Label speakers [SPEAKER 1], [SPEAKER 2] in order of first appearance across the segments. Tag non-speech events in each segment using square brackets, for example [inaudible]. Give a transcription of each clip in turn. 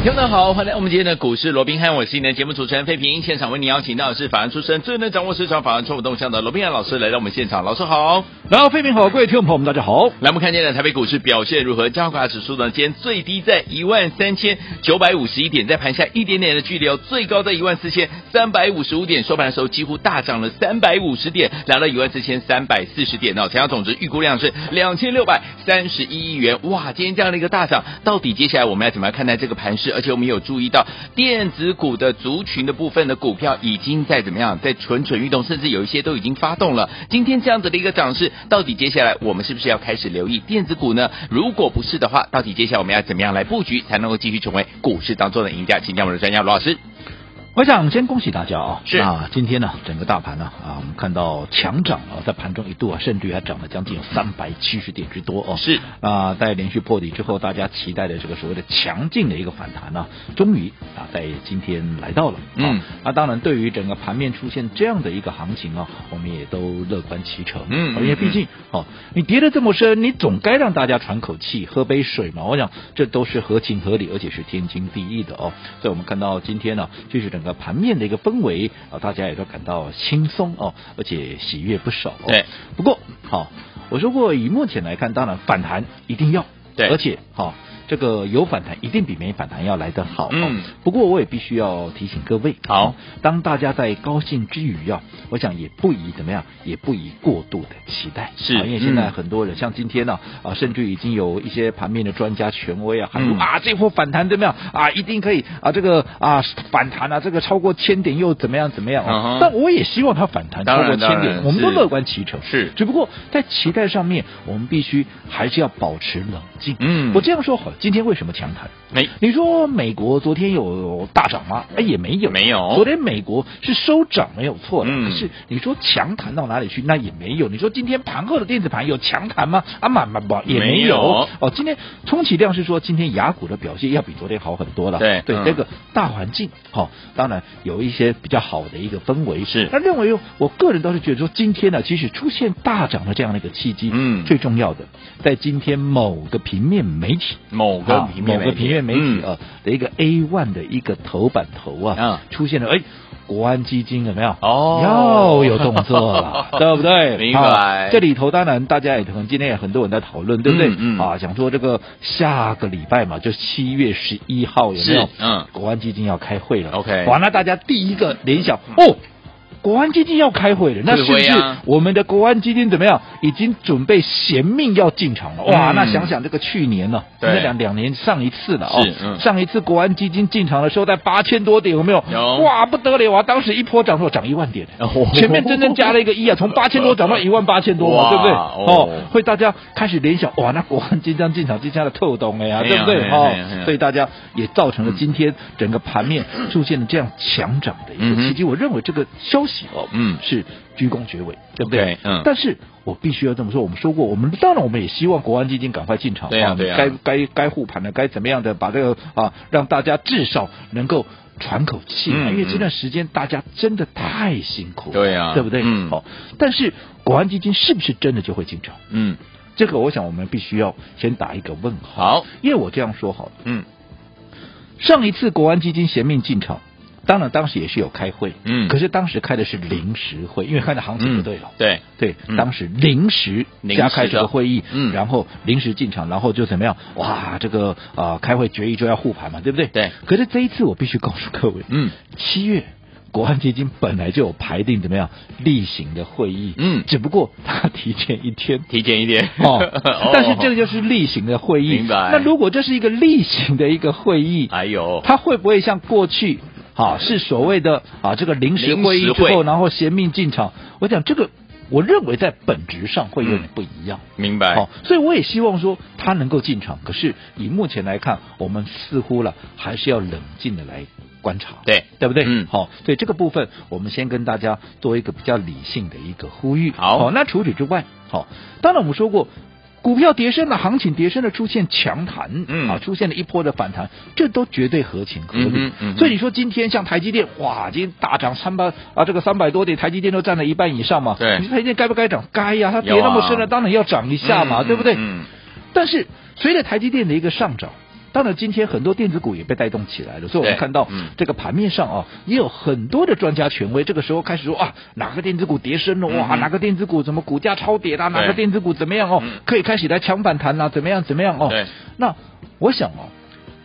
[SPEAKER 1] 听众好，欢迎来我们今天的股市罗宾汉，我是你的节目主持人费平。现场为你邀请到的是法案出身、最能掌握市场法案错误动向的罗宾汉老师来到我们现场，老师好。
[SPEAKER 2] 然后，费平好，各位听众朋友们，大家好。
[SPEAKER 1] 来，我们看见了台北股市表现如何？加权指数呢，今天最低在一万三千九百五十一点，在盘下一点点的距离哦，最高在一万四千三百五十五点，收盘的时候几乎大涨了三百五十点，来到一万四千三百四十点哦。成交总值预估量是两千六百三十一亿元，哇，今天这样的一个大涨，到底接下来我们要怎么样看待这个盘势？而且我们有注意到电子股的族群的部分的股票已经在怎么样，在蠢蠢欲动，甚至有一些都已经发动了。今天这样子的一个涨势，到底接下来我们是不是要开始留意电子股呢？如果不是的话，到底接下来我们要怎么样来布局，才能够继续成为股市当中的赢家？请教我们的专家罗老师。
[SPEAKER 2] 我想先恭喜大家啊！
[SPEAKER 1] 是
[SPEAKER 2] 啊，今天呢，整个大盘呢啊，我们看到强涨啊，在盘中一度啊，甚至于还涨了将近有三百七十点之多哦。
[SPEAKER 1] 是
[SPEAKER 2] 啊，在连续破底之后，大家期待的这个所谓的强劲的一个反弹呢、终于啊，在今天来到了。啊
[SPEAKER 1] 嗯，
[SPEAKER 2] 那、当然，对于整个盘面出现这样的一个行情啊，我们也都乐观其成。
[SPEAKER 1] 嗯
[SPEAKER 2] 啊因为毕竟哦，你跌得这么深，你总该让大家喘口气，喝杯水嘛。我想这都是合情合理，而且是天经地义的哦。所以我们看到今天呢、就是整个盘面的一个氛围啊，大家也都感到轻松哦，而且喜悦不少、哦。
[SPEAKER 1] 对，
[SPEAKER 2] 不过好、我说过，以目前来看，当然反弹一定要，
[SPEAKER 1] 对
[SPEAKER 2] 而且好、这个有反弹一定比没反弹要来得好、哦。
[SPEAKER 1] 嗯，
[SPEAKER 2] 不过我也必须要提醒各位，
[SPEAKER 1] 好，
[SPEAKER 2] 当大家在高兴之余啊，我想也不宜怎么样，也不宜过度的期待，
[SPEAKER 1] 是
[SPEAKER 2] 啊因为现在
[SPEAKER 1] 嗯
[SPEAKER 2] 很多人、像今天呢啊，甚至已经有一些盘面的专家权威啊，喊出、
[SPEAKER 1] 嗯
[SPEAKER 2] 啊这波反弹怎么样啊，一定可以啊这个啊反弹啊，这个超过千点又怎么样怎么样、
[SPEAKER 1] 嗯哼
[SPEAKER 2] 啊？但我也希望它反弹
[SPEAKER 1] 当
[SPEAKER 2] 超
[SPEAKER 1] 然
[SPEAKER 2] 过千
[SPEAKER 1] 当然
[SPEAKER 2] 点，我们都
[SPEAKER 1] 是
[SPEAKER 2] 乐观其成，
[SPEAKER 1] 是
[SPEAKER 2] 只不过在期待上面，我们必须还是要保持冷静。
[SPEAKER 1] 嗯
[SPEAKER 2] 我这样说好，今天为什么强弹？
[SPEAKER 1] 没
[SPEAKER 2] 你说美国昨天有大涨吗？哎，也没有，
[SPEAKER 1] 没有
[SPEAKER 2] 昨天美国是收涨没有错的，
[SPEAKER 1] 嗯
[SPEAKER 2] 可是你说强弹到哪里去？那也没有。你说今天盘后的电子盘有强弹吗？啊，满满不也
[SPEAKER 1] 没
[SPEAKER 2] 没
[SPEAKER 1] 有
[SPEAKER 2] 哦，今天充其量是说今天雅股的表现要比昨天好很多了。
[SPEAKER 1] 对
[SPEAKER 2] 对，
[SPEAKER 1] 嗯
[SPEAKER 2] 这个大环境好、哦，当然有一些比较好的一个氛围。
[SPEAKER 1] 是
[SPEAKER 2] 那认为我个人倒是觉得说今天呢，即使出现大涨的这样的一个契机，
[SPEAKER 1] 嗯
[SPEAKER 2] 最重要的在今天某个平面媒体。
[SPEAKER 1] 某个
[SPEAKER 2] 啊
[SPEAKER 1] 平面
[SPEAKER 2] 某个平面媒体
[SPEAKER 1] 嗯
[SPEAKER 2] 啊的一个 A one 的一个头版头
[SPEAKER 1] 嗯
[SPEAKER 2] 啊，出现了哎。国安基金有没有？
[SPEAKER 1] 哦，
[SPEAKER 2] 又有动作了
[SPEAKER 1] [laughs]
[SPEAKER 2] 对不对？啊
[SPEAKER 1] 明白
[SPEAKER 2] 好这里头当然大家也可能今天也很多人在讨论，对不对？
[SPEAKER 1] 嗯嗯
[SPEAKER 2] 啊，想说这个下个礼拜嘛，就七月十一号有没有
[SPEAKER 1] 是？嗯
[SPEAKER 2] 国安基金要开会了。
[SPEAKER 1] OK
[SPEAKER 2] 哇，那大家第一个联想哦。国安基金要开会了，那是不
[SPEAKER 1] 对
[SPEAKER 2] 是
[SPEAKER 1] 呀
[SPEAKER 2] 我们的国安基金怎么样？已经准备贤命要进场了？哇，
[SPEAKER 1] 嗯
[SPEAKER 2] 那想想这个去年呢、
[SPEAKER 1] 对
[SPEAKER 2] 那两两年上一次了哦
[SPEAKER 1] 是，嗯
[SPEAKER 2] 上一次国安基金进场的时候在八千多点，有没有？
[SPEAKER 1] 有
[SPEAKER 2] 哇，不得了啊！当时一波涨后涨一万点，
[SPEAKER 1] 哦
[SPEAKER 2] 前面真正加了一个一啊，从八
[SPEAKER 1] [laughs]
[SPEAKER 2] 千多涨到一万八千多
[SPEAKER 1] 哇
[SPEAKER 2] 嘛，对不对？
[SPEAKER 1] 哦
[SPEAKER 2] 会大家开始联想，哇，那国安基金进场，今天的透懂了呀，
[SPEAKER 1] 哎
[SPEAKER 2] 对
[SPEAKER 1] 呀
[SPEAKER 2] 不
[SPEAKER 1] 哎
[SPEAKER 2] 对？哦
[SPEAKER 1] 呀哎呀哎呀
[SPEAKER 2] 所以大家也造成了今天整个盘面出现了这样强涨的一
[SPEAKER 1] 嗯
[SPEAKER 2] 个
[SPEAKER 1] 哼
[SPEAKER 2] 契机。我认为这个消息哦，
[SPEAKER 1] 嗯
[SPEAKER 2] 是鞠躬绝尾，对不
[SPEAKER 1] OK，
[SPEAKER 2] 对？
[SPEAKER 1] 嗯
[SPEAKER 2] 但是我必须要这么说，我们说过，我们当然我们也希望国安基金赶快进场，
[SPEAKER 1] 对呀
[SPEAKER 2] 啊
[SPEAKER 1] 对呀
[SPEAKER 2] 该该该护盘的，该怎么样的，把这个啊，让大家至少能够喘口气嘛，
[SPEAKER 1] 嗯
[SPEAKER 2] 因为这段时间大家真的太辛苦了，
[SPEAKER 1] 对呀
[SPEAKER 2] 对不对？
[SPEAKER 1] 嗯
[SPEAKER 2] 好，但是国安基金是不是真的就会进场？
[SPEAKER 1] 嗯，
[SPEAKER 2] 这个我想我们必须要先打一个问号，
[SPEAKER 1] 好，
[SPEAKER 2] 因为我这样说好了，
[SPEAKER 1] 嗯
[SPEAKER 2] 上一次国安基金贤命进场。当然，当时也是有开会，
[SPEAKER 1] 嗯
[SPEAKER 2] 可是当时开的是临时会，因为看的行情不
[SPEAKER 1] 嗯，
[SPEAKER 2] 对了，
[SPEAKER 1] 对，
[SPEAKER 2] 对
[SPEAKER 1] 嗯，
[SPEAKER 2] 当时临时
[SPEAKER 1] 临时的
[SPEAKER 2] 加开这个会议，
[SPEAKER 1] 嗯
[SPEAKER 2] 然后临时进场，然后就怎么样？哇，这个呃，开会决议就要护盘嘛，对不对？
[SPEAKER 1] 对。
[SPEAKER 2] 可是这一次我必须告诉各位，
[SPEAKER 1] 嗯，
[SPEAKER 2] 七月国安基金本来就有排定怎么样例行的会议，
[SPEAKER 1] 嗯
[SPEAKER 2] 只不过它提前一
[SPEAKER 1] [laughs]
[SPEAKER 2] 天。
[SPEAKER 1] 提前一点，
[SPEAKER 2] 哦但是这个就是例行的会议。
[SPEAKER 1] 明白哎
[SPEAKER 2] 那如果这是一个例行的一个会议，
[SPEAKER 1] 还有
[SPEAKER 2] 它会不会像过去啊是所谓的啊这个临时会议之
[SPEAKER 1] 临时会
[SPEAKER 2] 后，然后贤命进场？我讲这个，我认为在本质上会有点不一样。
[SPEAKER 1] 明白
[SPEAKER 2] 哦，所以我也希望说他能够进场，可是以目前来看，我们似乎了还是要冷静的来。观察，
[SPEAKER 1] 对
[SPEAKER 2] 对不对？
[SPEAKER 1] 嗯
[SPEAKER 2] 好，所以这个部分我们先跟大家做一个比较理性的一个呼吁。
[SPEAKER 1] 好
[SPEAKER 2] 那除此之外，好，当然我们说过。股票跌升了，行情跌升了，出现强弹，
[SPEAKER 1] 嗯
[SPEAKER 2] 啊，出现了一波的反弹，这都绝对合情合理。
[SPEAKER 1] 嗯哼嗯哼
[SPEAKER 2] 所以你说今天像台积电，哇，今天大涨三百啊，这个三百多点，台积电都占了一半以上嘛。
[SPEAKER 1] 对
[SPEAKER 2] 你说台积电该不该涨？该呀、它跌
[SPEAKER 1] 有啊
[SPEAKER 2] 那么深了，当然要涨一下嘛，
[SPEAKER 1] 嗯
[SPEAKER 2] 对不对？
[SPEAKER 1] 嗯，
[SPEAKER 2] 但是随着台积电的一个上涨，当然今天很多电子股也被带动起来了，所以我们
[SPEAKER 1] 对
[SPEAKER 2] 看到
[SPEAKER 1] 嗯
[SPEAKER 2] 这个盘面上啊，也有很多的专家权威这个时候开始说啊，哪个电子股跌升了
[SPEAKER 1] 嗯
[SPEAKER 2] 哇，
[SPEAKER 1] 哼
[SPEAKER 2] 哪个电子股怎么股价超跌啦，哪个
[SPEAKER 1] 对
[SPEAKER 2] 电子股怎么样哦
[SPEAKER 1] 嗯，
[SPEAKER 2] 可以开始来抢反弹啦，怎么样怎么样哦
[SPEAKER 1] 对。
[SPEAKER 2] 那我想哦。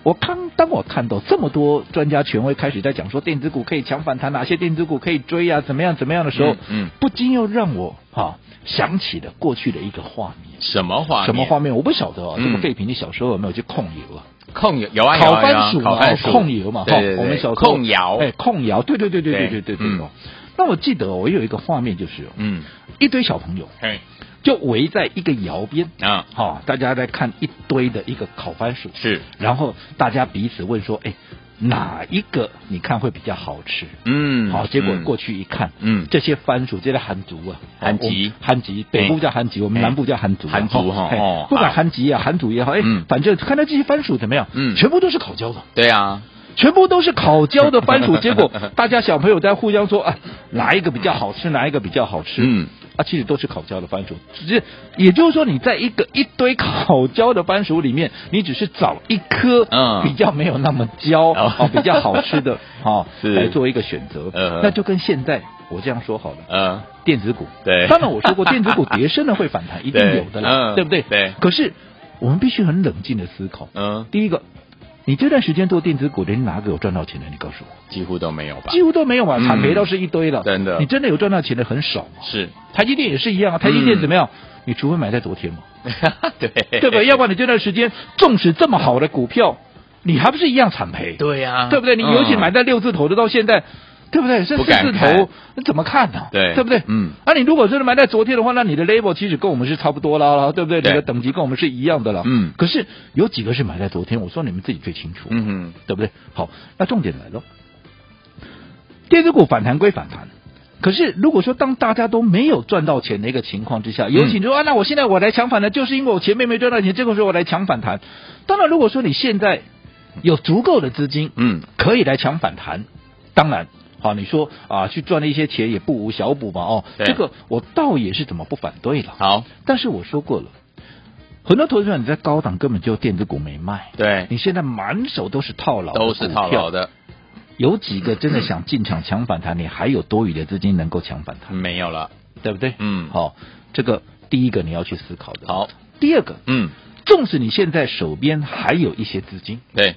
[SPEAKER 2] 我刚当我看到这么多专家权威开始在讲说电子股可以抢反弹，哪些电子股可以追啊，怎么样怎么样的时候，
[SPEAKER 1] 嗯嗯
[SPEAKER 2] 不禁又让我啊想起了过去的一个画面。
[SPEAKER 1] 什么画面？
[SPEAKER 2] 什么画面？我不晓得哦。
[SPEAKER 1] 嗯
[SPEAKER 2] 这个废品，你小时候有没有去控油啊？
[SPEAKER 1] 控油有啊有
[SPEAKER 2] 烤
[SPEAKER 1] 啊有啊
[SPEAKER 2] 番薯嘛，
[SPEAKER 1] 烤番
[SPEAKER 2] 哦
[SPEAKER 1] 薯
[SPEAKER 2] 控油嘛，
[SPEAKER 1] 对
[SPEAKER 2] 哈
[SPEAKER 1] 对
[SPEAKER 2] 我
[SPEAKER 1] 对，
[SPEAKER 2] 们小时候
[SPEAKER 1] 控窑
[SPEAKER 2] 哎，控窑，对对对对对
[SPEAKER 1] 对
[SPEAKER 2] 对对对
[SPEAKER 1] 嗯
[SPEAKER 2] 哦。那我记得哦我有一个画面，就是哦
[SPEAKER 1] 嗯，
[SPEAKER 2] 一堆小朋友
[SPEAKER 1] 嘿
[SPEAKER 2] 就围在一个窑边，
[SPEAKER 1] 啊
[SPEAKER 2] 哈，大家在看一堆的一个烤番薯，
[SPEAKER 1] 是
[SPEAKER 2] 然后大家彼此问说，哎，哪一个你看会比较好吃？
[SPEAKER 1] 嗯
[SPEAKER 2] 好，结果过
[SPEAKER 1] 去
[SPEAKER 2] 去一看，
[SPEAKER 1] 嗯
[SPEAKER 2] 这些番薯，这些韩族啊，
[SPEAKER 1] 韩
[SPEAKER 2] 哦我
[SPEAKER 1] 籍
[SPEAKER 2] 们韩籍，北部叫韩籍，我们
[SPEAKER 1] 哎
[SPEAKER 2] 南部叫韩族啊，
[SPEAKER 1] 韩族哈
[SPEAKER 2] 嘿
[SPEAKER 1] 哦
[SPEAKER 2] 不管
[SPEAKER 1] 好
[SPEAKER 2] 韩籍啊，韩族也好，哎
[SPEAKER 1] 嗯，
[SPEAKER 2] 反正看到这些番薯怎么样，
[SPEAKER 1] 嗯
[SPEAKER 2] 全部都是烤焦的，
[SPEAKER 1] 对啊
[SPEAKER 2] 全部都是烤焦的番
[SPEAKER 1] [laughs]
[SPEAKER 2] 薯，结果大家小朋友在互相说啊，哪一个比较好吃，哪一个比较好吃，
[SPEAKER 1] 嗯。
[SPEAKER 2] 啊，其实都是烤焦的番薯，只是也就是说，你在一个一堆烤焦的番薯里面，你只是找一颗
[SPEAKER 1] 嗯
[SPEAKER 2] 比较没有那么焦、
[SPEAKER 1] 哦
[SPEAKER 2] 哦，比较好吃
[SPEAKER 1] [laughs]
[SPEAKER 2] 的哦，
[SPEAKER 1] 是
[SPEAKER 2] 来做一个选择。
[SPEAKER 1] 嗯
[SPEAKER 2] 那就跟现在我这样说好了，
[SPEAKER 1] 呃
[SPEAKER 2] 电子股
[SPEAKER 1] 对
[SPEAKER 2] 当然我说过电子股跌升了会反
[SPEAKER 1] [laughs]
[SPEAKER 2] 弹，一定
[SPEAKER 1] 对
[SPEAKER 2] 有的啦，
[SPEAKER 1] 嗯
[SPEAKER 2] 对不对？
[SPEAKER 1] 对
[SPEAKER 2] 可是我们必须很冷静的思考。
[SPEAKER 1] 嗯
[SPEAKER 2] 第一个，你这段时间做电子股的，你哪个有赚到钱的？你告诉我，
[SPEAKER 1] 几乎都没有吧
[SPEAKER 2] 几乎都没有嘛，
[SPEAKER 1] 嗯
[SPEAKER 2] 惨赔倒是一堆了。
[SPEAKER 1] 真的
[SPEAKER 2] 你真的有赚到钱的很少嘛。
[SPEAKER 1] 是
[SPEAKER 2] 台积电也是一样啊，台积电怎么样？你除非买在昨天嘛，
[SPEAKER 1] 对
[SPEAKER 2] [laughs] 对不对？要不然你这段时间纵使这么好的股票，你还不是一样惨赔，
[SPEAKER 1] 对嗯呀
[SPEAKER 2] 对不对？你尤其买在六字头的，到现在。对不对？这
[SPEAKER 1] 啊不
[SPEAKER 2] 四
[SPEAKER 1] 敢
[SPEAKER 2] 字
[SPEAKER 1] 看
[SPEAKER 2] 头，你怎么看呢、
[SPEAKER 1] 对
[SPEAKER 2] 对不对？
[SPEAKER 1] 嗯。
[SPEAKER 2] 那、你如果真的买在昨天的话，那你的 label 其实跟我们是差不多啦啦，对不对？
[SPEAKER 1] 对
[SPEAKER 2] 你的等级跟我们是一样的了。
[SPEAKER 1] 嗯
[SPEAKER 2] 可是有几个是买在昨天？我说你们自己最清楚。。
[SPEAKER 1] 嗯
[SPEAKER 2] 对不对？好，那重点来了，电子股反弹归反弹。可是，如果说当大家都没有赚到钱的一个情况之
[SPEAKER 1] 嗯
[SPEAKER 2] 下，尤其你说、啊，那我现在我来抢反弹，就是因为我前面没赚到钱，这个时候我来抢反弹。当然，如果说你现在有足够的资金，
[SPEAKER 1] 嗯
[SPEAKER 2] 可以来抢反弹，当然。好，你说啊，去赚了一些钱也不无小补嘛，哦，
[SPEAKER 1] 对
[SPEAKER 2] 这个我倒也是怎么不反对了。
[SPEAKER 1] 好
[SPEAKER 2] 但是我说过了，很多投资者你在高档根本就电子股没卖，
[SPEAKER 1] 对
[SPEAKER 2] 你现在满手都是套牢，
[SPEAKER 1] 都是套牢。的
[SPEAKER 2] 有几个真的想进场抢反弹，你还有多余的资金能够抢反弹，
[SPEAKER 1] 没有了
[SPEAKER 2] 对不对？
[SPEAKER 1] 嗯
[SPEAKER 2] 好、这个第一个你要去思考的。，
[SPEAKER 1] 好
[SPEAKER 2] 第二个，
[SPEAKER 1] 嗯
[SPEAKER 2] 纵使你现在手边还有一些资金，
[SPEAKER 1] 对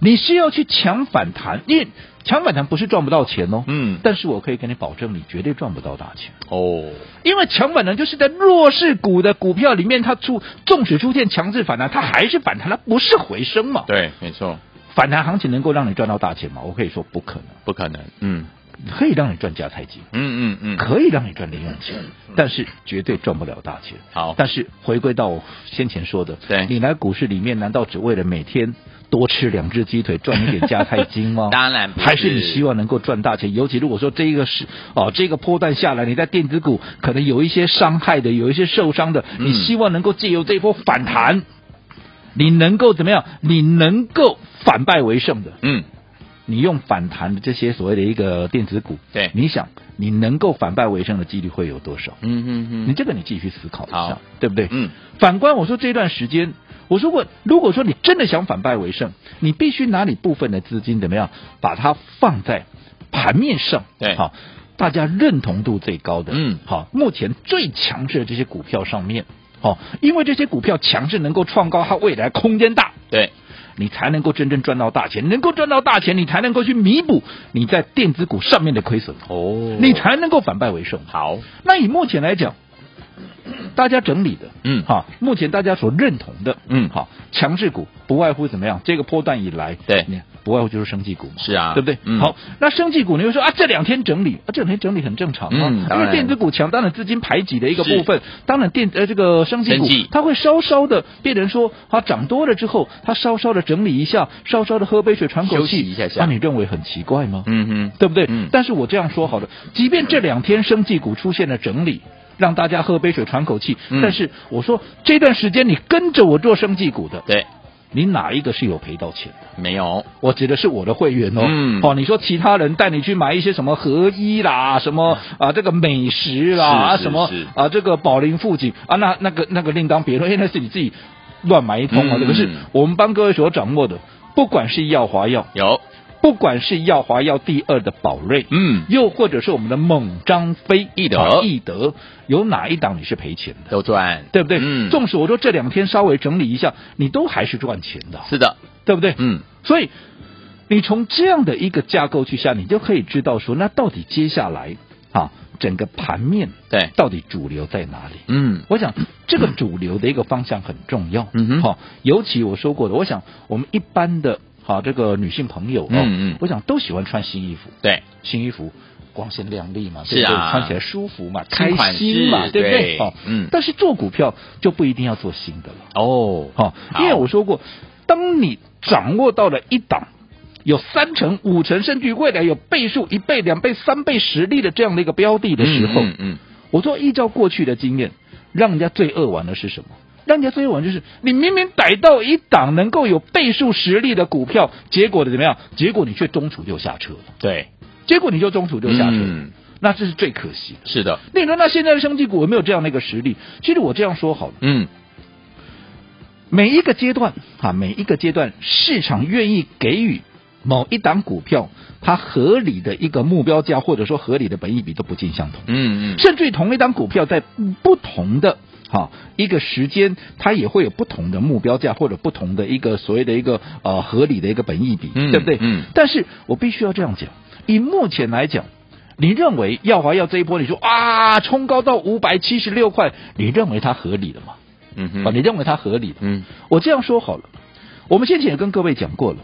[SPEAKER 2] 你是要去抢反弹，因为抢反弹不是赚不到钱哦，
[SPEAKER 1] 嗯
[SPEAKER 2] 但是我可以跟你保证，你绝对赚不到大钱。
[SPEAKER 1] 哦
[SPEAKER 2] 因为强反弹就是在弱势股的股票里面，它出纵使出现强势反弹，它还是反弹，它不是回升嘛。
[SPEAKER 1] 对没错
[SPEAKER 2] 反弹行情能够让你赚到大钱吗？我可以说不可能，
[SPEAKER 1] 不可能嗯
[SPEAKER 2] 可以让你赚加太金，
[SPEAKER 1] 嗯嗯嗯
[SPEAKER 2] 可以让你赚零用钱，但是绝对赚不了大钱。
[SPEAKER 1] 好
[SPEAKER 2] 但是回归到我先前说的，
[SPEAKER 1] 对
[SPEAKER 2] 你来股市里面，难道只为了每天多吃两只鸡腿赚一点加菜金吗？
[SPEAKER 1] [laughs] 当然不是
[SPEAKER 2] 还是你希望能够赚大钱。尤其如果说这一个是哦，这个波段下来，你在电子股可能有一些伤害的，有一些受伤的，
[SPEAKER 1] 嗯
[SPEAKER 2] 你希望能够借由这一波反弹，你能够怎么样？你能够反败为胜的。
[SPEAKER 1] 嗯
[SPEAKER 2] 你用反弹的这些所谓的一个电子股，
[SPEAKER 1] 对
[SPEAKER 2] 你想你能够反败为胜的几率会有多少？
[SPEAKER 1] 嗯嗯
[SPEAKER 2] 你这个你继续思考一下
[SPEAKER 1] 好，
[SPEAKER 2] 对不对？
[SPEAKER 1] 嗯。
[SPEAKER 2] 反观我说这段时间，我说过，如果说你真的想反败为胜，你必须拿你部分的资金怎么样，把它放在盘面上，
[SPEAKER 1] 对
[SPEAKER 2] 好，大家认同度最高的，
[SPEAKER 1] 嗯
[SPEAKER 2] 好，目前最强势的这些股票上面，好，因为这些股票强势能够创高，它未来空间大，
[SPEAKER 1] 对
[SPEAKER 2] 你才能够真正赚到大钱，能够赚到大钱，你才能够去弥补你在电子股上面的亏损，
[SPEAKER 1] 哦
[SPEAKER 2] 你才能够反败为胜。
[SPEAKER 1] 好
[SPEAKER 2] 那以目前来讲，大家整理的，
[SPEAKER 1] 嗯
[SPEAKER 2] 哈，目前大家所认同的，
[SPEAKER 1] 嗯
[SPEAKER 2] 好，强势股不外乎怎么样？这个波段以来，
[SPEAKER 1] 对
[SPEAKER 2] 你看不外乎就是生技股嘛，
[SPEAKER 1] 是啊
[SPEAKER 2] 对不对？
[SPEAKER 1] 嗯
[SPEAKER 2] 好，那生技股你会说啊，这两天整理，啊，这两天整理很正常嘛，
[SPEAKER 1] 嗯当
[SPEAKER 2] 因
[SPEAKER 1] 然
[SPEAKER 2] 为电子股强，当然资金排挤的一个
[SPEAKER 1] 是
[SPEAKER 2] 部分，当然电呃这个生技股
[SPEAKER 1] 生技
[SPEAKER 2] 它会稍稍的变成说，它涨多了之后，它稍稍的整理一下，稍稍的喝杯水喘口
[SPEAKER 1] 休
[SPEAKER 2] 气
[SPEAKER 1] 息一下下
[SPEAKER 2] 那、你认为很奇怪吗？
[SPEAKER 1] 嗯哼，
[SPEAKER 2] 对不对？
[SPEAKER 1] 嗯
[SPEAKER 2] 但是我这样说好了，即便这两天生技股出现了整理。让大家喝杯水喘口气，
[SPEAKER 1] 嗯
[SPEAKER 2] 但是我说这段时间你跟着我做生技股的，
[SPEAKER 1] 对，
[SPEAKER 2] 你哪一个是有赔到钱的？
[SPEAKER 1] 没有，
[SPEAKER 2] 我指的是我的会员哦，
[SPEAKER 1] 嗯
[SPEAKER 2] 哦，你说其他人带你去买一些什么合一啦，什么啊这个美食啦，啊
[SPEAKER 1] 是是
[SPEAKER 2] 什么
[SPEAKER 1] 是
[SPEAKER 2] 啊这个宝林富锦啊，那那个那个另当别论，因哎为那是你自己乱买一通啊，
[SPEAKER 1] 嗯
[SPEAKER 2] 这个是我们帮各位所掌握的，不管是耀华药，
[SPEAKER 1] 有，
[SPEAKER 2] 不管是耀华药第二的宝瑞，
[SPEAKER 1] 嗯，
[SPEAKER 2] 又或者是我们的猛张飞、
[SPEAKER 1] 易德
[SPEAKER 2] 啊易德，有哪一档你是赔钱的？
[SPEAKER 1] 都赚，
[SPEAKER 2] 对不对？
[SPEAKER 1] 嗯，
[SPEAKER 2] 纵使我说这两天稍微整理一下，你都还是赚钱的，
[SPEAKER 1] 是的，
[SPEAKER 2] 对不对？
[SPEAKER 1] 嗯，
[SPEAKER 2] 所以你从这样的一个架构去下，你就可以知道说，那到底接下来啊，整个盘面
[SPEAKER 1] 对，
[SPEAKER 2] 到底主流在哪里？
[SPEAKER 1] 嗯，
[SPEAKER 2] 我想这个主流的一个方向很重要，
[SPEAKER 1] 嗯哼
[SPEAKER 2] 好、尤其我说过的，我想我们一般的，好、这个女性朋友，哦、
[SPEAKER 1] 嗯嗯
[SPEAKER 2] 我想都喜欢穿新衣服，
[SPEAKER 1] 对，
[SPEAKER 2] 新衣服光鲜亮丽嘛，
[SPEAKER 1] 是
[SPEAKER 2] 对不对
[SPEAKER 1] 啊
[SPEAKER 2] 穿起来舒服嘛，
[SPEAKER 1] 新
[SPEAKER 2] 开
[SPEAKER 1] 款
[SPEAKER 2] 心嘛，
[SPEAKER 1] 式
[SPEAKER 2] 对不
[SPEAKER 1] 对
[SPEAKER 2] 对？哦，
[SPEAKER 1] 嗯
[SPEAKER 2] 但是做股票就不一定要做新的了。
[SPEAKER 1] 哦，
[SPEAKER 2] 哦，因为我说过，当你掌握到了一档有三成、五成，甚至未来有倍数、一倍、两倍、三倍实力的这样的一个标的的时候，
[SPEAKER 1] 嗯嗯，
[SPEAKER 2] 我说依照过去的经验，让人家最扼腕的是什么？让人家最扼腕就是你明明逮到一档能够有倍数实力的股票，结果怎么样？结果你却中途就下车了，
[SPEAKER 1] 对，
[SPEAKER 2] 结果你就中途就下车了，
[SPEAKER 1] 嗯
[SPEAKER 2] 那这是最可惜的。
[SPEAKER 1] 是的，
[SPEAKER 2] 那你说，那现在的生技股有没有这样的一个实力？其实我这样说好了。
[SPEAKER 1] 嗯，
[SPEAKER 2] 每一个阶段啊，每一个阶段，市场愿意给予某一档股票它合理的一个目标价，或者说合理的本益比都不尽相同，
[SPEAKER 1] 嗯嗯，
[SPEAKER 2] 甚至于同一档股票在不同的。哈一个时间它也会有不同的目标价或者不同的一个所谓的一个呃合理的一个本益比，
[SPEAKER 1] 嗯
[SPEAKER 2] 对不对？
[SPEAKER 1] 嗯
[SPEAKER 2] 但是我必须要这样讲，以目前来讲，你认为耀华耀这一波，你说啊冲高到五百七十六块，你认为它合理的吗？
[SPEAKER 1] 嗯
[SPEAKER 2] 啊，
[SPEAKER 1] 哼，
[SPEAKER 2] 你认为它合理的？
[SPEAKER 1] 嗯，
[SPEAKER 2] 我这样说好了，我们先前也跟各位讲过了，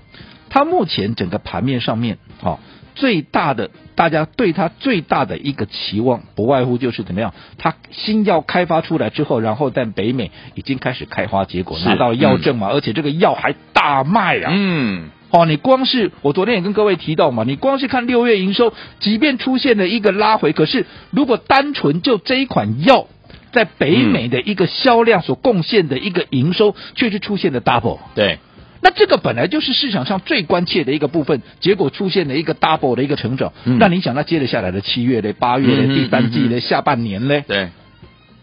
[SPEAKER 2] 它目前整个盘面上面，哈、最大的大家对它最大的一个期望，不外乎就是怎么样，它新药开发出来之后，然后在北美已经开始开花结果，
[SPEAKER 1] 是
[SPEAKER 2] 拿到药证嘛，而且这个药还大卖啊。
[SPEAKER 1] 嗯，
[SPEAKER 2] 哦，你光是我昨天也跟各位提到嘛，你光是看六月营收，即便出现了一个拉回，可是如果单纯就这一款药在北美的一个销量所贡献的一个营收，却是出现了 double。
[SPEAKER 1] 对，
[SPEAKER 2] 那这个本来就是市场上最关切的一个部分，结果出现了一个 double 的一个成长。
[SPEAKER 1] 嗯
[SPEAKER 2] 那你想，那接着下来的七月嘞、八月嘞、
[SPEAKER 1] 嗯哼
[SPEAKER 2] 第三季嘞、下半年嘞，
[SPEAKER 1] 对，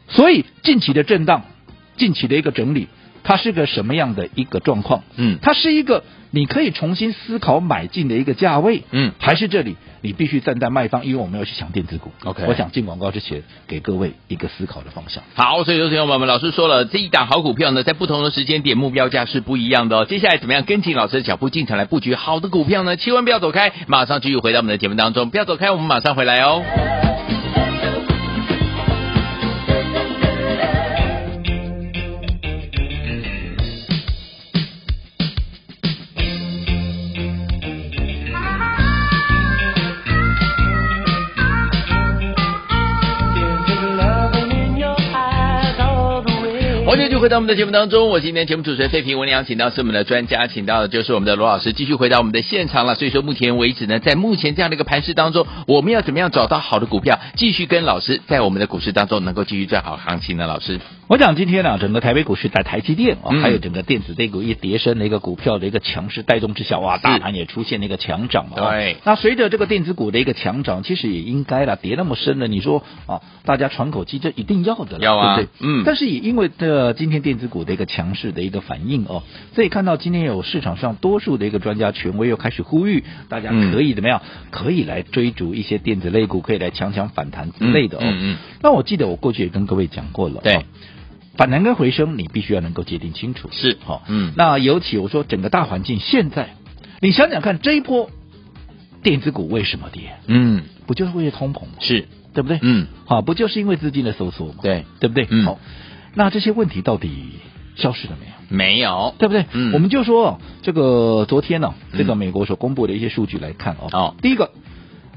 [SPEAKER 2] 所以近期的震荡，近期的一个整理，它是个什么样的一个状况？
[SPEAKER 1] 嗯
[SPEAKER 2] 它是一个你可以重新思考买进的一个价位，
[SPEAKER 1] 嗯，
[SPEAKER 2] 还是这里你必须站在卖方，因为我没有去抢电子股。
[SPEAKER 1] OK
[SPEAKER 2] 我想进广告之前给各位一个思考的方向。
[SPEAKER 1] 好，所以有听友们，老师说了，这一档好股票呢，在不同的时间点目标价是不一样的哦。接下来怎么样跟紧老师的脚步进场来布局好的股票呢？千万不要走开，马上继续回到我们的节目当中，不要走开，我们马上回来哦。欢迎继续回到我们的节目当中，我是今天节目主持人费平，我们邀请到是我们的专家，请到的就是我们的罗老师，继续回到我们的现场了。所以说，目前为止呢，在目前这样的一个盘势当中，我们要怎么样找到好的股票，继续跟老师在我们的股市当中能够继续赚好行情呢？老师，
[SPEAKER 2] 我讲今天呢、啊整个台北股市在台积电啊、
[SPEAKER 1] 嗯
[SPEAKER 2] 还有整个电子类股一叠升的一个股票的一个强势带动之下，哇，大盘也出现了一个强涨嘛、哦
[SPEAKER 1] 对
[SPEAKER 2] 那随着这个电子股的一个强涨，其实也应该了，跌那么深了，你说啊，大家喘口气，这一定要的了，
[SPEAKER 1] 要啊
[SPEAKER 2] 对不对？
[SPEAKER 1] 嗯
[SPEAKER 2] 但是也因为这今天电子股的一个强势的一个反应哦，所以看到今天有市场上多数的一个专家权威又开始呼吁大家
[SPEAKER 1] 嗯
[SPEAKER 2] 可以怎么样，可以来追逐一些电子类股，可以来强强反弹之类的哦。
[SPEAKER 1] 嗯嗯嗯
[SPEAKER 2] 那我记得我过去也跟各位讲过了、哦，
[SPEAKER 1] 对
[SPEAKER 2] 反弹跟回升，你必须要能够界定清楚。
[SPEAKER 1] 是
[SPEAKER 2] 好、
[SPEAKER 1] 嗯
[SPEAKER 2] 那尤其我说整个大环境现在，你想想看，这一波电子股为什么跌？
[SPEAKER 1] 嗯，
[SPEAKER 2] 不就是为了通膨吗？
[SPEAKER 1] 是，
[SPEAKER 2] 对不对？
[SPEAKER 1] 嗯，
[SPEAKER 2] 好、不就是因为资金的收缩吗？，
[SPEAKER 1] 对，
[SPEAKER 2] 对不对？
[SPEAKER 1] 嗯
[SPEAKER 2] 好，那这些问题到底消失了没有？
[SPEAKER 1] 没有，
[SPEAKER 2] 对不对？
[SPEAKER 1] 嗯
[SPEAKER 2] 我们就说这个昨天呢、这个
[SPEAKER 1] 嗯
[SPEAKER 2] 美国所公布的一些数据来看哦，
[SPEAKER 1] 哦
[SPEAKER 2] 第一个，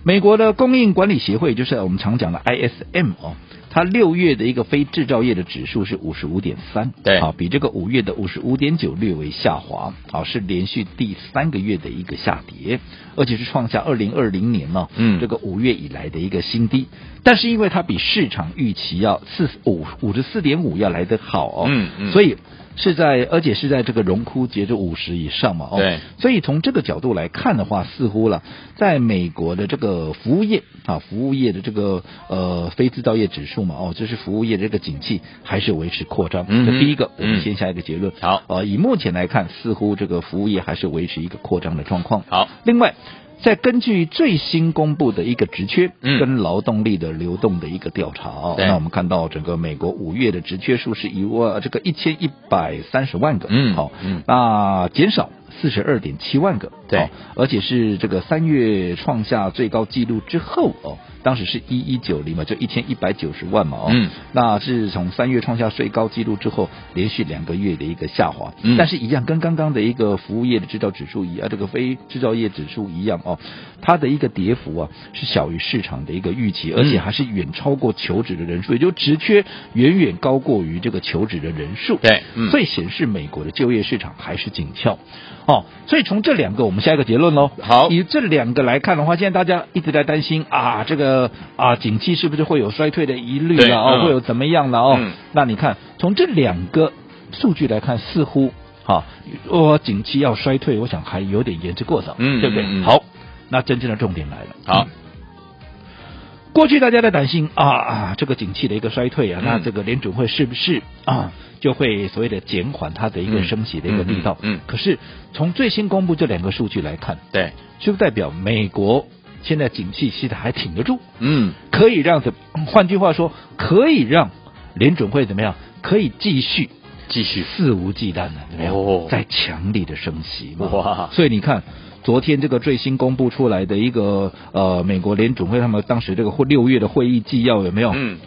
[SPEAKER 2] 美国的供应管理协会，就是我们常讲的 ISM 哦。它六月的一个非制造业的指数是五十五点三，
[SPEAKER 1] 对
[SPEAKER 2] 好，比这个五月的五十五点九略为下滑，好，是连续第三个月的一个下跌，而且是创下二零二零年呢、
[SPEAKER 1] 嗯
[SPEAKER 2] 这个五月以来的一个新低。但是因为它比市场预期要四五五十四点五要来得好哦，
[SPEAKER 1] 嗯嗯
[SPEAKER 2] 所以是在而且是在这个荣枯节就五十以上嘛，哦，
[SPEAKER 1] 对，
[SPEAKER 2] 所以从这个角度来看的话，似乎了，在美国的这个服务业啊，服务业的这个呃非制造业指数嘛，哦，就是服务业的这个景气还是维持扩张。
[SPEAKER 1] 嗯哼
[SPEAKER 2] 这第一个，我
[SPEAKER 1] 嗯
[SPEAKER 2] 们先下一个结论。
[SPEAKER 1] 好
[SPEAKER 2] 呃，以目前来看，似乎这个服务业还是维持一个扩张的状况。
[SPEAKER 1] 好，
[SPEAKER 2] 另外。再根据最新公布的一个职缺
[SPEAKER 1] 嗯
[SPEAKER 2] 跟劳动力的流动的一个调查哦，
[SPEAKER 1] 对
[SPEAKER 2] 那我们看到整个美国五月的职缺数是一万这个一千一百三十万个，
[SPEAKER 1] 嗯
[SPEAKER 2] 好，
[SPEAKER 1] 嗯
[SPEAKER 2] 那减少四十二点七万个，
[SPEAKER 1] 对
[SPEAKER 2] 好而且是这个三月创下最高纪录之后哦，当时是一一九零嘛，就一千一百九十万嘛哦，
[SPEAKER 1] 嗯
[SPEAKER 2] 那是从三月创下最高纪录之后，连续两个月的一个下滑，
[SPEAKER 1] 嗯
[SPEAKER 2] 但是一样跟刚刚的一个服务业的制造指数一样，这个非制造业指数一样哦，它的一个跌幅啊是小于市场的一个预期，
[SPEAKER 1] 嗯
[SPEAKER 2] 而且还是远超过求职的人数，也就职缺远远高过于这个求职的人数，
[SPEAKER 1] 对嗯
[SPEAKER 2] 所以显示美国的就业市场还是紧俏哦，所以从这两个我们下一个结论喽，
[SPEAKER 1] 好
[SPEAKER 2] 以这两个来看的话，现在大家一直在担心啊，这个啊景气是不是会有衰退的疑虑
[SPEAKER 1] 对
[SPEAKER 2] 了哦，
[SPEAKER 1] 嗯
[SPEAKER 2] 会有怎么样了哦？
[SPEAKER 1] 嗯
[SPEAKER 2] 那你看从这两个数据来看，似乎哈，我、景气要衰退，我想还有点言之过早，
[SPEAKER 1] 嗯
[SPEAKER 2] 对不对？
[SPEAKER 1] 嗯嗯
[SPEAKER 2] 好，那真正的重点来了，
[SPEAKER 1] 好
[SPEAKER 2] 嗯过去大家在担心啊啊，这个景气的一个衰退啊，
[SPEAKER 1] 嗯
[SPEAKER 2] 那这个联准会是不是啊就会所谓的减缓它的一个
[SPEAKER 1] 嗯
[SPEAKER 2] 升息的一个力道？
[SPEAKER 1] 嗯嗯嗯
[SPEAKER 2] 可是从最新公布这两个数据来看，
[SPEAKER 1] 对，
[SPEAKER 2] 是不是代表美国现在景气其实还挺得住？
[SPEAKER 1] 嗯，
[SPEAKER 2] 可以让怎？换句话说，可以让联准会怎么样？可以继续
[SPEAKER 1] 继续，
[SPEAKER 2] 肆无忌惮的怎么样？
[SPEAKER 1] 哦
[SPEAKER 2] 在强力的升息嘛。
[SPEAKER 1] 哇
[SPEAKER 2] 所以你看。昨天这个最新公布出来的一个呃，美国联准会他们当时这个会六月的会议纪要有没有？
[SPEAKER 1] 嗯，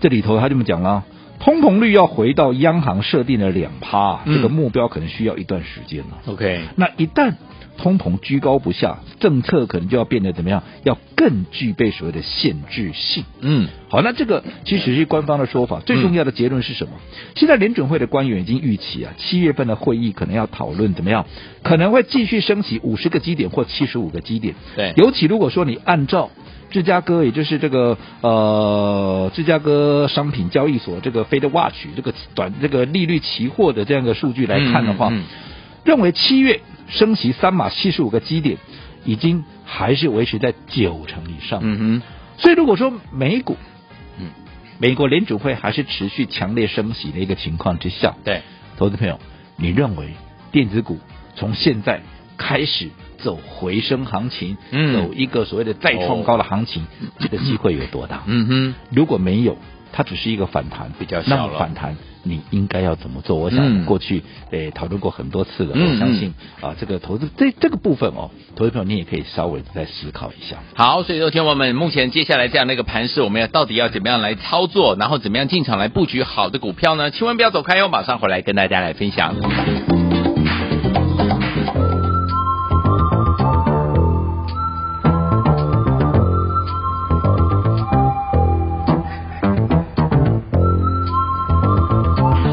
[SPEAKER 2] 这里头他这么讲了，通膨率要回到央行设定的两趴，
[SPEAKER 1] 嗯
[SPEAKER 2] 这个目标可能需要一段时间啊了。
[SPEAKER 1] OK，
[SPEAKER 2] 那一旦通膨居高不下，政策可能就要变得怎么样？要更具备所谓的限制性。
[SPEAKER 1] 嗯，
[SPEAKER 2] 好，那这个其实是官方的说法，最重要的结论是什么？现在联准会的官员已经预期啊，七月份的会议可能要讨论怎么样，可能会继续升起五十个基点或七十五个基点。
[SPEAKER 1] 对
[SPEAKER 2] 尤其如果说你按照芝加哥，也就是这个呃芝加哥商品交易所这个 Fed Watch 这个短这个利率期货的这样一个数据来看的话，
[SPEAKER 1] 嗯嗯嗯
[SPEAKER 2] 认为七月升息三码七十五个基点，已经还是维持在九成以上。
[SPEAKER 1] 嗯哼，
[SPEAKER 2] 所以如果说美股，
[SPEAKER 1] 嗯
[SPEAKER 2] 嗯，美国联储会还是持续强烈升息的一个情况之下，
[SPEAKER 1] 对，
[SPEAKER 2] 投资朋友，你认为电子股从现在开始走回升行情，
[SPEAKER 1] 嗯
[SPEAKER 2] 走一个所谓的再创高的行情，这个机会有多大？
[SPEAKER 1] 嗯
[SPEAKER 2] 如果没有，它只是一个反弹，
[SPEAKER 1] 比较
[SPEAKER 2] 那
[SPEAKER 1] 小了
[SPEAKER 2] 么反弹，你应该要怎么做？我想
[SPEAKER 1] 嗯
[SPEAKER 2] 过去诶、讨论过很多次了，
[SPEAKER 1] 嗯
[SPEAKER 2] 我相信啊、这个投资这这个部分哦，投资朋友你也可以稍微再思考一下。
[SPEAKER 1] 哼，好，所以说，听我们目前接下来这样的一个盘势，我们要到底要怎么样来操作，然后怎么样进场来布局好的股票呢？千万不要走开哦，马上回来跟大家来分享。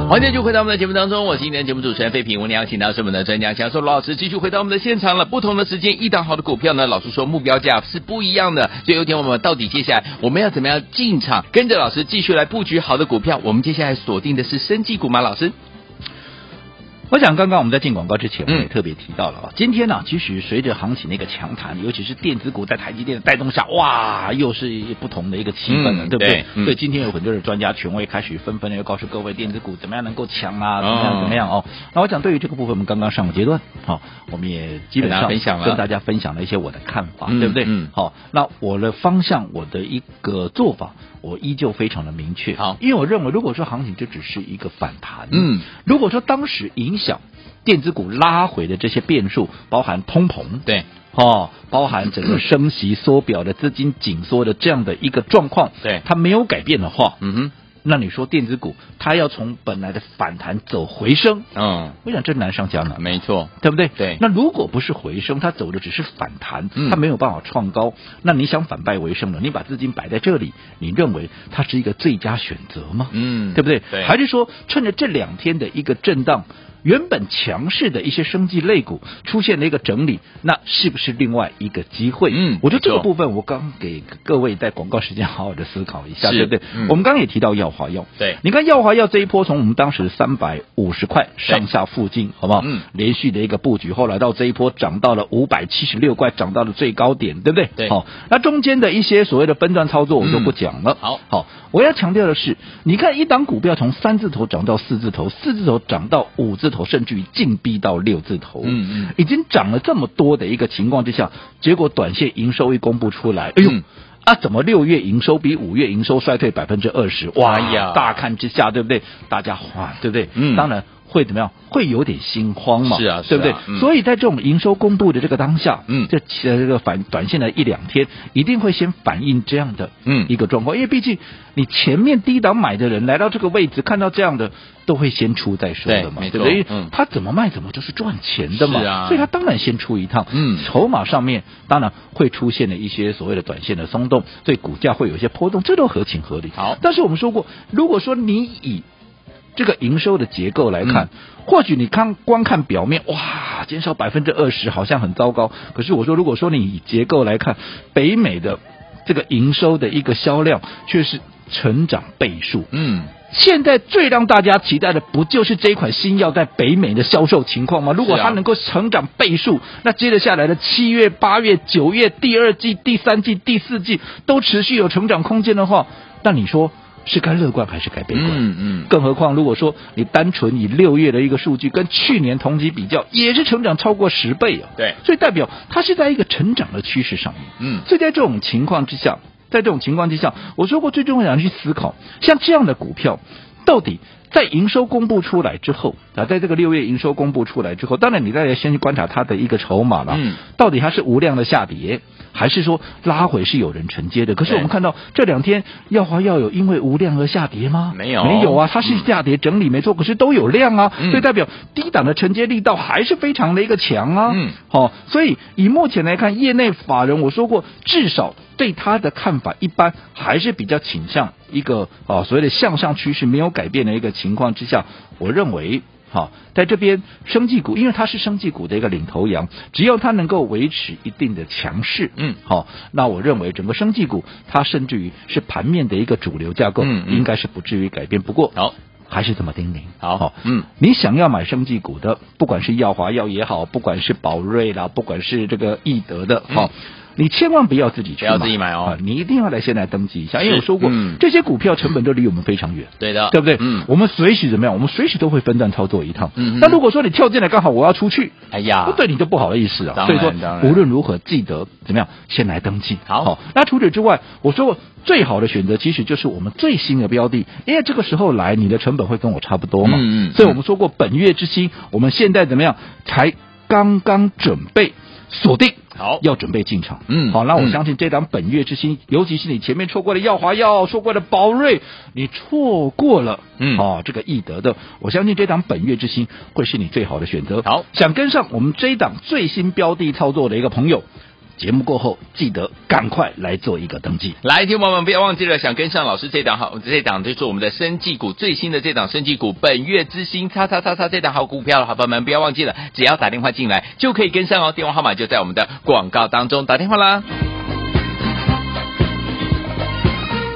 [SPEAKER 1] 欢迎继续回到我们的节目当中，我是今天的节目主持人费平。我们邀请到是我们的专家教授罗老师，继续回到我们的现场了。不同的时间，一档好的股票呢，老师说目标价是不一样的。所以有一天我们到底接下来我们要怎么样进场，跟着老师继续来布局好的股票？我们接下来锁定的是生技股吗？老师，
[SPEAKER 2] 我想刚刚我们在进广告之前，我
[SPEAKER 1] 嗯
[SPEAKER 2] 们也特别提到了啊，今天呢、其实随着行情的一个强弹，尤其是电子股在台积电的带动下，哇，又是不同的一个气氛了，
[SPEAKER 1] 嗯
[SPEAKER 2] 对不对
[SPEAKER 1] 对？嗯
[SPEAKER 2] 所以今天有很多的专家权威开始纷纷的要告诉各位，电子股怎么样能够强啊，怎么
[SPEAKER 1] 哦
[SPEAKER 2] 样怎么样哦。那我想对于这个部分，我们刚刚上个阶段，好、我们也基本
[SPEAKER 1] 跟
[SPEAKER 2] 上
[SPEAKER 1] 大家分享了
[SPEAKER 2] 跟大家分享了一些我的看法，
[SPEAKER 1] 嗯
[SPEAKER 2] 对不对？
[SPEAKER 1] 嗯
[SPEAKER 2] 好，那我的方向，我的一个做法，我依旧非常的明确，
[SPEAKER 1] 好
[SPEAKER 2] 因为我认为如果说行情这只是一个反弹，
[SPEAKER 1] 嗯，
[SPEAKER 2] 如果说当时影响电子股拉回的这些变数，包含通膨，
[SPEAKER 1] 对，
[SPEAKER 2] 哦，包含整个升息缩表的资金紧缩的这样的一个状况，
[SPEAKER 1] 对
[SPEAKER 2] 它没有改变的话，
[SPEAKER 1] 嗯哼，
[SPEAKER 2] 那你说电子股它要从本来的反弹走回升，
[SPEAKER 1] 嗯，
[SPEAKER 2] 我想这难上加难。
[SPEAKER 1] 哦没错，
[SPEAKER 2] 对不对？
[SPEAKER 1] 对
[SPEAKER 2] 那如果不是回升，它走的只是反弹，
[SPEAKER 1] 嗯
[SPEAKER 2] 它没有办法创高。那你想反败为胜了，你把资金摆在这里，你认为它是一个最佳选择吗？
[SPEAKER 1] 嗯，
[SPEAKER 2] 对不对？
[SPEAKER 1] 对，
[SPEAKER 2] 还是说趁着这两天的一个震荡，原本强势的一些生技类股出现了一个整理，那是不是另外一个机会？
[SPEAKER 1] 嗯
[SPEAKER 2] 我觉得这
[SPEAKER 1] 没
[SPEAKER 2] 个
[SPEAKER 1] 错
[SPEAKER 2] 部分我刚给各位在广告时间好好的思考一下，
[SPEAKER 1] 是
[SPEAKER 2] 对不对？
[SPEAKER 1] 嗯
[SPEAKER 2] 我们刚刚也提到耀华药，
[SPEAKER 1] 对
[SPEAKER 2] 你看耀华药这一波从我们当时三百五十块上下附近，好不好？
[SPEAKER 1] 嗯
[SPEAKER 2] 连续的一个布局，后来到这一波涨到了五百七十六块，涨到了最高点，对不对？
[SPEAKER 1] 对
[SPEAKER 2] 好、那中间的一些所谓的分段操作，我就不
[SPEAKER 1] 嗯
[SPEAKER 2] 讲了。
[SPEAKER 1] 好
[SPEAKER 2] 好，我要强调的是，你看一档股票从三字头涨到四字头，四字头涨到五字头，甚至于进逼到六字头，
[SPEAKER 1] 嗯嗯，
[SPEAKER 2] 已经涨了这么多的一个情况之下，结果短线营收一公布出来，哎呦。
[SPEAKER 1] 嗯
[SPEAKER 2] 啊，怎么六月营收比五月营收衰退百分之二十？哇
[SPEAKER 1] 哎呀
[SPEAKER 2] 大看之下，对不对？大家哇，对不对？
[SPEAKER 1] 嗯
[SPEAKER 2] 当然会怎么样？会有点心慌嘛？
[SPEAKER 1] 是啊
[SPEAKER 2] 对不对
[SPEAKER 1] 是啊？嗯
[SPEAKER 2] 所以在这种营收公布的这个当下，
[SPEAKER 1] 嗯
[SPEAKER 2] 这其这个反短线的一两天，一定会先反映这样的
[SPEAKER 1] 嗯
[SPEAKER 2] 一个状况，因为毕竟你前面低档买的人来到这个位置，看到这样的，都会先出再说的嘛，
[SPEAKER 1] 对没
[SPEAKER 2] 对不对？因为
[SPEAKER 1] 错嗯
[SPEAKER 2] 他怎么卖怎么就是赚钱的嘛，
[SPEAKER 1] 是啊
[SPEAKER 2] 所以他当然先出一趟，
[SPEAKER 1] 嗯
[SPEAKER 2] 筹码上面当然会出现了一些所谓的短线的松动，对股价会有一些波动，这都合情合理。
[SPEAKER 1] 好
[SPEAKER 2] 但是我们说过，如果说你以这个营收的结构来看，
[SPEAKER 1] 嗯
[SPEAKER 2] 或许你看光看表面，哇，减少百分之二十好像很糟糕。可是我说，如果说你以结构来看，北美的这个营收的一个销量却是成长倍数。
[SPEAKER 1] 嗯，
[SPEAKER 2] 现在最让大家期待的，不就是这一款新药在北美的销售情况吗？如果
[SPEAKER 1] 是啊
[SPEAKER 2] 它能够成长倍数，那接着下来的七月、八月、九月、第二季、第三季、第四季都持续有成长空间的话，那你说是该乐观还是该悲观？
[SPEAKER 1] 嗯嗯，
[SPEAKER 2] 更何况，如果说你单纯以六月的一个数据跟去年同期比较，也是成长超过十倍啊。
[SPEAKER 1] 对
[SPEAKER 2] 所以代表它是在一个成长的趋势上面。
[SPEAKER 1] 嗯
[SPEAKER 2] 所以在这种情况之下，在这种情况之下，我说过最重要的去思考，像这样的股票到底。在营收公布出来之后啊，在这个六月营收公布出来之后，当然你大家先去观察它的一个筹码了，
[SPEAKER 1] 嗯，
[SPEAKER 2] 到底它是无量的下跌，还是说拉回是有人承接的？可是
[SPEAKER 1] 对
[SPEAKER 2] 我们看到这两天耀华药有因为无量而下跌吗？
[SPEAKER 1] 没有
[SPEAKER 2] 没有啊，它是
[SPEAKER 1] 嗯
[SPEAKER 2] 下跌整理没错，可是都有量啊，
[SPEAKER 1] 嗯
[SPEAKER 2] 所以代表低档的承接力道还是非常的一个强啊。
[SPEAKER 1] 嗯，
[SPEAKER 2] 好、所以以目前来看，业内法人我说过，至少对他的看法一般还是比较倾向一个啊所谓的向上趋势没有改变的一个情况之下，我认为。好，在这边生技股，因为它是生技股的一个领头羊，只要它能够维持一定的强势，
[SPEAKER 1] 嗯
[SPEAKER 2] 好，那我认为整个生技股，它甚至于是盘面的一个主流架构，
[SPEAKER 1] 嗯嗯
[SPEAKER 2] 应该是不至于改变。不过，
[SPEAKER 1] 好，
[SPEAKER 2] 还是这么叮咛。
[SPEAKER 1] 好嗯
[SPEAKER 2] 嗯，你想要买生技股的，不管是耀华药也好，不管是宝瑞啦，不管是这个易德的，
[SPEAKER 1] 嗯
[SPEAKER 2] 好、你千万不要自己去
[SPEAKER 1] 不要自己买哦
[SPEAKER 2] 啊你一定要来先来登记一下，因为哎
[SPEAKER 1] 是
[SPEAKER 2] 我说过，
[SPEAKER 1] 嗯
[SPEAKER 2] 这些股票成本都离我们非常远。
[SPEAKER 1] 对的，
[SPEAKER 2] 对不对？
[SPEAKER 1] 嗯，
[SPEAKER 2] 我们随时怎么样？我们随时都会分段操作一趟。
[SPEAKER 1] 嗯嗯
[SPEAKER 2] 那如果说你跳进来刚好我要出去，
[SPEAKER 1] 哎呀
[SPEAKER 2] 我，对你就不好意思啊。
[SPEAKER 1] 当
[SPEAKER 2] 所
[SPEAKER 1] 然
[SPEAKER 2] 以说
[SPEAKER 1] 当，然
[SPEAKER 2] 无论如何记得怎么样，先来登记。
[SPEAKER 1] 好
[SPEAKER 2] 那除此之外，我说过最好的选择其实就是我们最新的标的，因为这个时候来你的成本会跟我差不多嘛。
[SPEAKER 1] 嗯嗯
[SPEAKER 2] 所以我们说过本月之星，我们现在怎么样才刚刚准备锁定。
[SPEAKER 1] 好，
[SPEAKER 2] 要准备进场。
[SPEAKER 1] 嗯
[SPEAKER 2] 好，那我
[SPEAKER 1] 嗯
[SPEAKER 2] 相信这档本月之星，尤其是你前面错过了耀华药，错过了宝瑞，你错过了，
[SPEAKER 1] 嗯
[SPEAKER 2] 哦，这个易德的，我相信这档本月之星会是你最好的选择。
[SPEAKER 1] 好
[SPEAKER 2] 想跟上我们这一档最新标的操作的一个朋友，节目过后记得赶快来做一个登记。
[SPEAKER 1] 来，听众朋友们，不要忘记了，想跟上老师这档好，这档就是我们的生技股最新的这档生技股，本月之星叉叉叉叉这档好股票了，好朋友们不要忘记了，只要打电话进来就可以跟上哦，电话号码就在我们的广告当中，打电话啦。